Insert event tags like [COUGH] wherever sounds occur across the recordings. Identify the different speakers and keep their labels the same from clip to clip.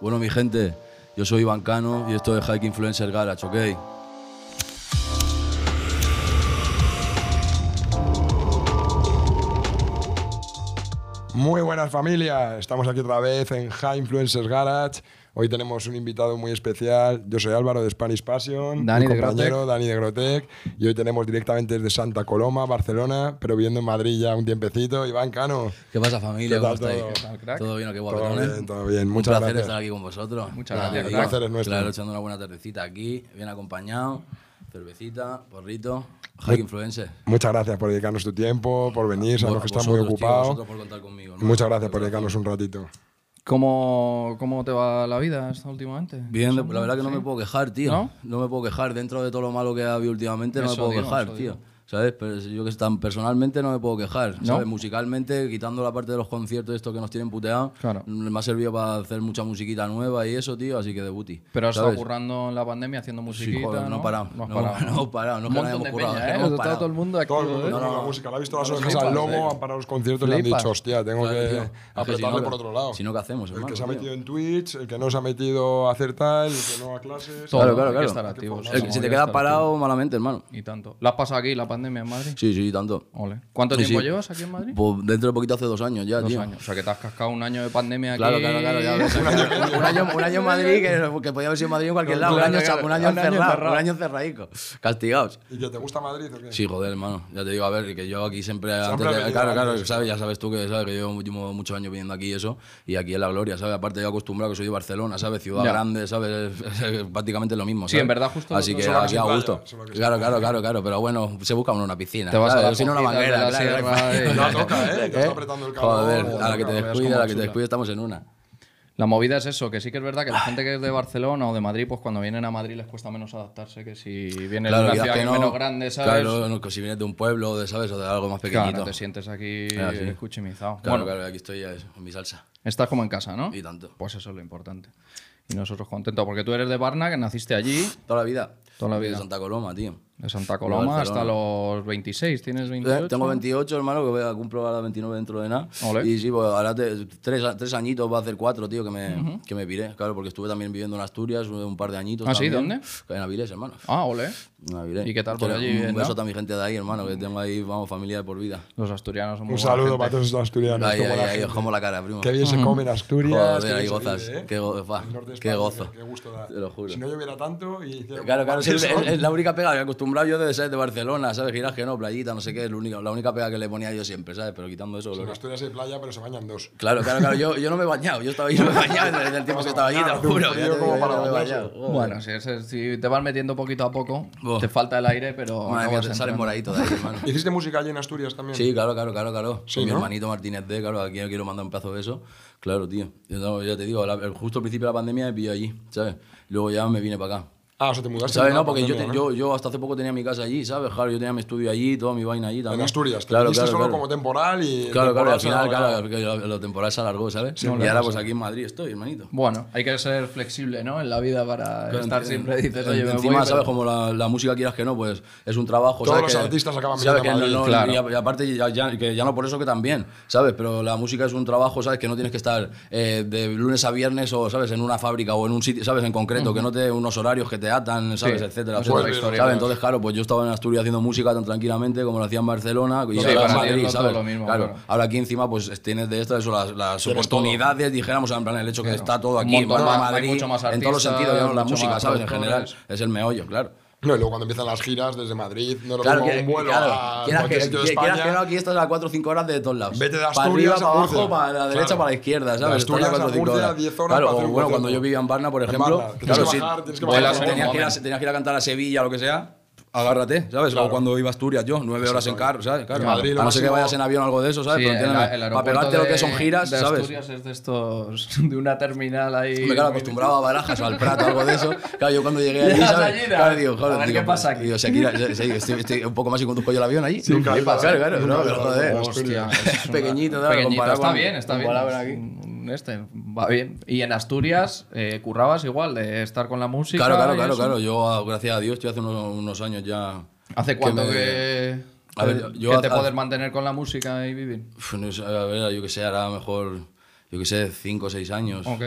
Speaker 1: Bueno, mi gente, yo soy Iván Cano y esto es Hike Influencer Garage, ¿ok?
Speaker 2: Muy buenas familia, estamos aquí otra vez en High Influencers Garage. Hoy tenemos un invitado muy especial. Yo soy Álvaro de Spanish Passion,
Speaker 3: Dani
Speaker 2: mi
Speaker 3: de
Speaker 2: compañero Dani de Grotec. Y hoy tenemos directamente desde Santa Coloma, Barcelona, pero viviendo en Madrid ya un tiempecito. Iván Cano,
Speaker 1: ¿Qué pasa, familia?
Speaker 2: ¿Qué
Speaker 1: ¿Cómo
Speaker 2: tal
Speaker 1: estáis?
Speaker 2: todo?
Speaker 1: ¿Qué
Speaker 3: tal, crack?
Speaker 1: ¿Todo bien o qué
Speaker 2: Todo
Speaker 1: guapetones?
Speaker 2: bien, todo bien.
Speaker 1: Un
Speaker 2: Muchas
Speaker 1: placer
Speaker 2: gracias.
Speaker 1: estar aquí con vosotros.
Speaker 3: Muchas
Speaker 1: Nada,
Speaker 3: gracias,
Speaker 1: aquí,
Speaker 3: crack.
Speaker 2: El placer es nuestro.
Speaker 1: Claro, echando una buena tardecita aquí, bien acompañado, cervecita, porrito, Hike Influencer.
Speaker 2: muchas gracias por dedicarnos tu tiempo, por venir. Sabemos que estás muy
Speaker 1: Vosotros, tío,
Speaker 2: ocupado.
Speaker 1: vosotros por contar conmigo. hermano.
Speaker 2: Muchas gracias por dedicarnos un ratito.
Speaker 3: ¿Cómo, ¿Cómo te va la vida hasta últimamente?
Speaker 1: Bien, la verdad que no me puedo quejar, tío.
Speaker 3: ¿No?
Speaker 1: ¿No? me puedo quejar. Dentro de todo lo malo que ha habido últimamente, no
Speaker 3: Eso
Speaker 1: me puedo
Speaker 3: digo,
Speaker 1: quejar,
Speaker 3: eso
Speaker 1: tío.
Speaker 3: digo.
Speaker 1: ¿Sabes? Pero yo que tan personalmente no me puedo quejar.
Speaker 3: ¿No?
Speaker 1: ¿Sabes? Musicalmente, quitando la parte de los conciertos estos que nos tienen puteado,
Speaker 3: Claro.
Speaker 1: me ha servido para hacer mucha musiquita nueva y eso, tío, así que de booty.
Speaker 3: Pero has
Speaker 1: ¿sabes?
Speaker 3: estado currando en la pandemia haciendo
Speaker 1: Sí,
Speaker 3: musiquita.
Speaker 1: joder, no he parado.
Speaker 3: No has
Speaker 1: no,
Speaker 3: parado.
Speaker 1: no he parado. [LAUGHS] No es
Speaker 3: Un
Speaker 1: que no
Speaker 3: montón
Speaker 1: hayamos
Speaker 3: de
Speaker 1: currado, es que
Speaker 3: peña, ¿eh?
Speaker 1: hemos
Speaker 3: Está
Speaker 1: parado.
Speaker 3: todo el mundo
Speaker 2: Todo el mundo
Speaker 3: activo, ¿eh?
Speaker 2: con la música. La ha visto las
Speaker 3: No, no,
Speaker 2: orejas al
Speaker 3: flipas,
Speaker 2: lobo,
Speaker 3: eh.
Speaker 2: han parado los conciertos y han
Speaker 3: Flipas.
Speaker 2: dicho, hostia, tengo
Speaker 1: Claro, tío.
Speaker 2: que
Speaker 1: Eh, Es que si
Speaker 2: apretarle
Speaker 1: no,
Speaker 2: por otro lado.
Speaker 1: Si no, ¿qué hacemos,
Speaker 2: El que se ha
Speaker 1: hermano, tío?
Speaker 2: metido en Twitch, el que no se ha metido a hacer tal, el que no a clases.
Speaker 3: Todo,
Speaker 1: Claro, claro,
Speaker 3: hay que
Speaker 1: claro.
Speaker 3: estar activos,
Speaker 1: El que
Speaker 3: no,
Speaker 1: Si
Speaker 3: hay
Speaker 1: te
Speaker 3: que
Speaker 1: quedas
Speaker 3: estar
Speaker 1: parado, malamente, hermano.
Speaker 3: activos. Y tanto. ¿La has pasado aquí la pandemia en Madrid?
Speaker 1: Sí, sí, tanto.
Speaker 3: Ole. ¿Cuánto
Speaker 1: Sí,
Speaker 3: tiempo
Speaker 1: sí.
Speaker 3: llevas aquí en Madrid?
Speaker 1: Pues dentro de poquito hace dos años ya,
Speaker 3: Dos
Speaker 1: tío.
Speaker 3: años. O sea que te has cascado un año de pandemia aquí.
Speaker 1: Claro, claro, claro. ya ves, claro. un, año, un año en Madrid, que, que podía haber sido Madrid en cualquier lado. Un
Speaker 3: Claro,
Speaker 1: año,
Speaker 3: claro.
Speaker 1: un año
Speaker 3: Un año
Speaker 1: encerrado,
Speaker 3: encerrado.
Speaker 1: un año encerradico. Castigados.
Speaker 2: ¿Y que te gusta Madrid o qué?
Speaker 1: Sí, joder, hermano. Ya te digo, a ver, que yo aquí siempre...
Speaker 2: Siempre
Speaker 1: antes de-
Speaker 2: ha venido
Speaker 1: claro, claro,
Speaker 2: antes.
Speaker 1: sabes, ya sabes tú que, sabes, que llevo mucho- muchos años viniendo aquí y eso. Y aquí es la gloria, ¿sabes? Aparte yo acostumbrado que soy de Barcelona, ¿sabes? Ciudad
Speaker 3: Ya.
Speaker 1: grande, ¿sabes? [LAUGHS] Es, es prácticamente lo mismo,
Speaker 3: Sí, en
Speaker 1: ¿sabes?
Speaker 3: verdad, justo
Speaker 1: Así que
Speaker 3: solo
Speaker 2: que
Speaker 1: aquí
Speaker 2: sin
Speaker 1: a
Speaker 2: playa,
Speaker 1: gusto.
Speaker 2: solo que sin
Speaker 1: Claro, claro, claro, claro. Pero bueno, se busca uno una piscina.
Speaker 3: Te vas a
Speaker 1: ¿sabes?
Speaker 3: la
Speaker 1: Si no, una
Speaker 3: cojita de
Speaker 1: manguera,
Speaker 3: la
Speaker 1: claro. [LAUGHS]
Speaker 3: sierra y-
Speaker 2: No toca, ¿eh? Que está apretando el calor.
Speaker 1: Joder,
Speaker 2: no
Speaker 1: a la que te
Speaker 2: toca.
Speaker 3: verás
Speaker 1: descuide,
Speaker 3: cómo
Speaker 1: a la que te
Speaker 3: chula.
Speaker 1: descuide estamos en una.
Speaker 3: [LAUGHS] La movida es eso, que sí que es verdad que la gente que es de Barcelona o de Madrid, pues cuando vienen a Madrid les cuesta menos adaptarse que si vienen de una
Speaker 1: quizás
Speaker 3: ciudad que
Speaker 1: que
Speaker 3: es
Speaker 1: no.
Speaker 3: menos grande, ¿sabes?
Speaker 1: Claro, no, que si vienes de un pueblo, de, ¿sabes? O de algo más
Speaker 3: Claro,
Speaker 1: pequeñito.
Speaker 3: no te sientes aquí
Speaker 1: Ah, sí.
Speaker 3: escuchimizado.
Speaker 1: Claro,
Speaker 3: bueno,
Speaker 1: claro, aquí estoy ya eso, en mi salsa.
Speaker 3: estás como en casa, ¿no?
Speaker 1: Y tanto.
Speaker 3: Pues eso es lo importante. Y nosotros contentos, porque tú eres de Barna, que naciste allí,
Speaker 1: Toda la vida.
Speaker 3: Toda la
Speaker 1: Soy de
Speaker 3: vida.
Speaker 1: Santa Coloma, tío.
Speaker 3: de Santa
Speaker 1: De
Speaker 3: Coloma,
Speaker 1: Barcelona.
Speaker 3: hasta los 26. ¿Tienes 28?
Speaker 1: Eh, Tengo 28, hermano, que voy a cumplo ahora 29 dentro de nada.
Speaker 3: Ole.
Speaker 1: Y sí, pues ahora te- tres, tres añitos, va a hacer cuatro, tío, que me, que me piré. Claro, porque estuve también viviendo en Asturias un, un par de añitos.
Speaker 3: ¿Ah, sí?
Speaker 1: también.
Speaker 3: ¿Dónde?
Speaker 1: En Avilés, hermano.
Speaker 3: Ah, ole.
Speaker 1: En Avilés.
Speaker 3: ¿Y qué tal por
Speaker 1: Pero
Speaker 3: allí,
Speaker 1: Un
Speaker 3: bien, no?
Speaker 1: beso a toda mi gente de ahí, hermano, que tengo ahí, vamos, familia de por vida.
Speaker 3: Los asturianos son muy
Speaker 2: Un
Speaker 3: buena
Speaker 2: saludo
Speaker 3: gente.
Speaker 2: para todos los asturianos.
Speaker 1: Ahí,
Speaker 2: qué buena
Speaker 1: ahí, ahí, os
Speaker 2: gente.
Speaker 1: como la cara, primo.
Speaker 2: Qué bien se come en Asturias.
Speaker 1: Joder,
Speaker 2: qué bien
Speaker 1: ahí
Speaker 2: se vive,
Speaker 1: gozas.
Speaker 2: ¿eh?
Speaker 1: Qué, go- fa,
Speaker 2: El norte de
Speaker 1: qué
Speaker 2: España, ¿eh?
Speaker 1: gozo.
Speaker 2: Qué gusto da.
Speaker 1: Te lo juro.
Speaker 2: Si no lloviera tanto y...
Speaker 1: Claro, claro, sí, es,
Speaker 2: [LAUGHS] Eso.
Speaker 1: es la única pega que acostumbrado yo de ser de Barcelona, ¿sabes? Giras que no, playita, no sé qué, es la única, la única pega que le ponía yo siempre, ¿sabes? Pero quitando eso, lo
Speaker 2: En
Speaker 1: que-
Speaker 2: Asturias hay playa, pero se bañan
Speaker 1: [LAUGHS]
Speaker 2: dos.
Speaker 1: Claro, claro, claro, yo, yo no me he bañado, yo estaba ahí, [LAUGHS] no me he bañado desde el tiempo que estaba allí, te lo
Speaker 2: Hace un
Speaker 1: juro. ya te
Speaker 2: frío
Speaker 1: digo,
Speaker 2: como
Speaker 1: yo
Speaker 2: para
Speaker 1: no me he
Speaker 2: bañarse.
Speaker 1: bañado. Joder.
Speaker 3: Bueno, si, es- si te vas metiendo poquito a poco,
Speaker 1: Buah.
Speaker 3: te falta el aire, pero.
Speaker 1: Oh. Madre mía,
Speaker 3: acabas
Speaker 1: te salen
Speaker 3: entrando.
Speaker 1: moradito de ahí, hermano.
Speaker 2: ¿Hiciste música allí en Asturias también?
Speaker 1: Sí, claro, claro, claro, claro.
Speaker 2: Sí,
Speaker 1: Con mi
Speaker 2: ¿no?
Speaker 1: hermanito Martínez D, claro, aquí yo quiero mandar un plazo de eso. Claro, tío. Yo no, ya te digo, la- el- justo al principio de la pandemia me pilló allí, ¿sabes? Luego ya me vine para acá.
Speaker 2: Ah, o sea, te mudaste.
Speaker 1: ¿Sabes?
Speaker 2: en la
Speaker 1: No, porque yo,
Speaker 2: pandemia,
Speaker 1: te- yo, yo hasta hace poco tenía mi casa allí, ¿sabes? Claro, yo tenía mi estudio allí, toda mi vaina allí
Speaker 2: En
Speaker 1: también.
Speaker 2: Asturias. Te
Speaker 1: claro,
Speaker 2: viniste
Speaker 1: claro,
Speaker 2: solo
Speaker 1: claro.
Speaker 2: como temporal y...
Speaker 1: Claro, claro, y
Speaker 2: temporal
Speaker 1: al
Speaker 2: se
Speaker 1: final,
Speaker 2: alargaba.
Speaker 1: claro, que lo, lo temporal se alargó, ¿sabes? y ahora pues aquí en Madrid estoy, hermanito.
Speaker 3: Bueno, hay que ser flexible, ¿no? En la vida para
Speaker 1: Pero
Speaker 3: estar
Speaker 1: en-
Speaker 3: siempre dices,
Speaker 1: en-
Speaker 3: oye, me voy,
Speaker 1: encima,
Speaker 3: pero-
Speaker 1: ¿sabes? Como la, la música quieras que no, pues es un trabajo.
Speaker 2: Todos
Speaker 1: ¿sabes?
Speaker 2: los
Speaker 1: que-
Speaker 2: artistas acaban
Speaker 1: ¿sabes?
Speaker 2: viniendo
Speaker 1: que
Speaker 2: a
Speaker 1: no- no-
Speaker 3: Madrid.
Speaker 1: y a- Y aparte, ya, ya- que ya no por eso que también, ¿sabes? Pero la música es un trabajo, ¿sabes? Que no tienes que estar eh, de lunes a viernes o, ¿sabes? En una fábrica o en un sitio, ¿sabes? En concreto, que no te unos horarios que te atan, ¿sabes?
Speaker 3: Sí.
Speaker 1: Etcétera,
Speaker 3: Pues
Speaker 1: etcétera,
Speaker 2: otra historia,
Speaker 1: ¿sabes? Entonces, claro, pues yo estaba en Asturias haciendo música tan tranquilamente como lo hacía en Barcelona y
Speaker 3: Sí,
Speaker 1: ahora en
Speaker 3: para ti
Speaker 1: Madrid,
Speaker 3: es todo
Speaker 1: ¿sabes?
Speaker 3: lo mismo,
Speaker 1: claro.
Speaker 3: claro.
Speaker 1: Ahora aquí encima, pues tienes de estas eso, las, las
Speaker 2: Tienes todo.
Speaker 1: oportunidades, dijéramos, en plan, el hecho que está todo
Speaker 3: Un
Speaker 1: aquí, en
Speaker 3: montón
Speaker 1: Palma,
Speaker 3: más- hay
Speaker 1: Madrid,
Speaker 3: mucho más
Speaker 1: en todos los
Speaker 3: artistas,
Speaker 1: sentidos, ya no la
Speaker 3: mucho
Speaker 1: música,
Speaker 3: más
Speaker 1: ¿sabes? En general,
Speaker 3: productores.
Speaker 1: es el meollo, claro.
Speaker 2: No, y luego cuando empiezan las giras desde Madrid, no lo
Speaker 1: Claro,
Speaker 2: mismo
Speaker 1: que-
Speaker 2: un vuelo
Speaker 1: claro,
Speaker 2: a
Speaker 1: quieras
Speaker 2: cualquier
Speaker 1: que,
Speaker 2: sitio de
Speaker 1: que- quieras que no,
Speaker 2: España.
Speaker 1: aquí estás a 4 o 5 horas de todos lados.
Speaker 2: Vete de
Speaker 1: para arriba,
Speaker 2: Asturias a
Speaker 1: para abajo,
Speaker 2: Murcia.
Speaker 1: para la derecha,
Speaker 2: Claro.
Speaker 1: para la izquierda,
Speaker 2: De
Speaker 1: ¿sabes? Estás
Speaker 2: Asturias
Speaker 1: a cuatro o
Speaker 2: a
Speaker 1: cinco
Speaker 2: Murcia,
Speaker 1: horas.
Speaker 2: 10 horas
Speaker 1: Claro,
Speaker 2: para
Speaker 1: o
Speaker 2: hacer un
Speaker 1: bueno,
Speaker 2: concierto.
Speaker 1: cuando yo vivía en Barna, por ejemplo,
Speaker 2: Barna, tienes
Speaker 1: claro,
Speaker 2: que
Speaker 1: si
Speaker 2: bajar, tienes que
Speaker 1: vuelas,
Speaker 2: bajar.
Speaker 1: tenías, que ir a, tenías que ir a cantar a Sevilla o lo que sea, agárrate, ¿sabes? O cuando iba a Asturias yo, 9 horas en carro, ¿sabes? Claro,
Speaker 2: En Madrid, lo
Speaker 1: a no ser que
Speaker 2: máximo-
Speaker 1: vayas en avión o algo de eso, ¿sabes?
Speaker 3: Sí,
Speaker 1: Pero
Speaker 3: el-
Speaker 1: entiéndeme,
Speaker 3: el
Speaker 1: para
Speaker 3: aeropuerto
Speaker 1: pegarte lo
Speaker 3: de-
Speaker 1: que son giras,
Speaker 3: de
Speaker 1: ¿sabes?
Speaker 3: Asturias es de estos, [LAUGHS] de una terminal ahí.
Speaker 1: Me claro,
Speaker 3: muy-
Speaker 1: acostumbraba a barajas o al prato o algo de eso. Claro, yo cuando
Speaker 3: [LAUGHS]
Speaker 1: llegué allí,
Speaker 3: Llegas
Speaker 1: ¿sabes?
Speaker 3: allí,
Speaker 1: Claro,
Speaker 3: ¿no?
Speaker 1: digo, joder,
Speaker 3: A ver
Speaker 1: digo,
Speaker 3: qué pasa aquí.
Speaker 1: Digo, si aquí la- si- si- estoy, estoy un poco más y conduzco yo el avión allí.
Speaker 2: Sí, claro,
Speaker 1: Flipas,
Speaker 2: claro.
Speaker 1: claro, no,
Speaker 2: Nunca
Speaker 1: pero
Speaker 2: lo
Speaker 1: joder.
Speaker 2: conozco.
Speaker 3: Hostia, [LAUGHS] es una-
Speaker 1: Pequeñito, ¿no?
Speaker 3: pequeñito,
Speaker 1: Comparado
Speaker 3: está
Speaker 1: con-
Speaker 3: bien, está bien.
Speaker 1: comparado con aquí.
Speaker 3: Un- Este, va bien. Y en Asturias, eh, currabas igual de estar con la música.
Speaker 1: Claro, claro,
Speaker 3: y
Speaker 1: claro,
Speaker 3: eso?
Speaker 1: claro. Yo, ah, gracias a Dios, estoy hace unos, unos años ya.
Speaker 3: ¿Hace cuánto que,
Speaker 1: me- A ver, yo-
Speaker 3: que
Speaker 1: yo
Speaker 3: te
Speaker 1: hace-
Speaker 3: poder mantener con la música y vivir?
Speaker 1: Uf, no sé, a ver, yo que sé, hará mejor, yo que sé, 5 o 6 años.
Speaker 3: Ok.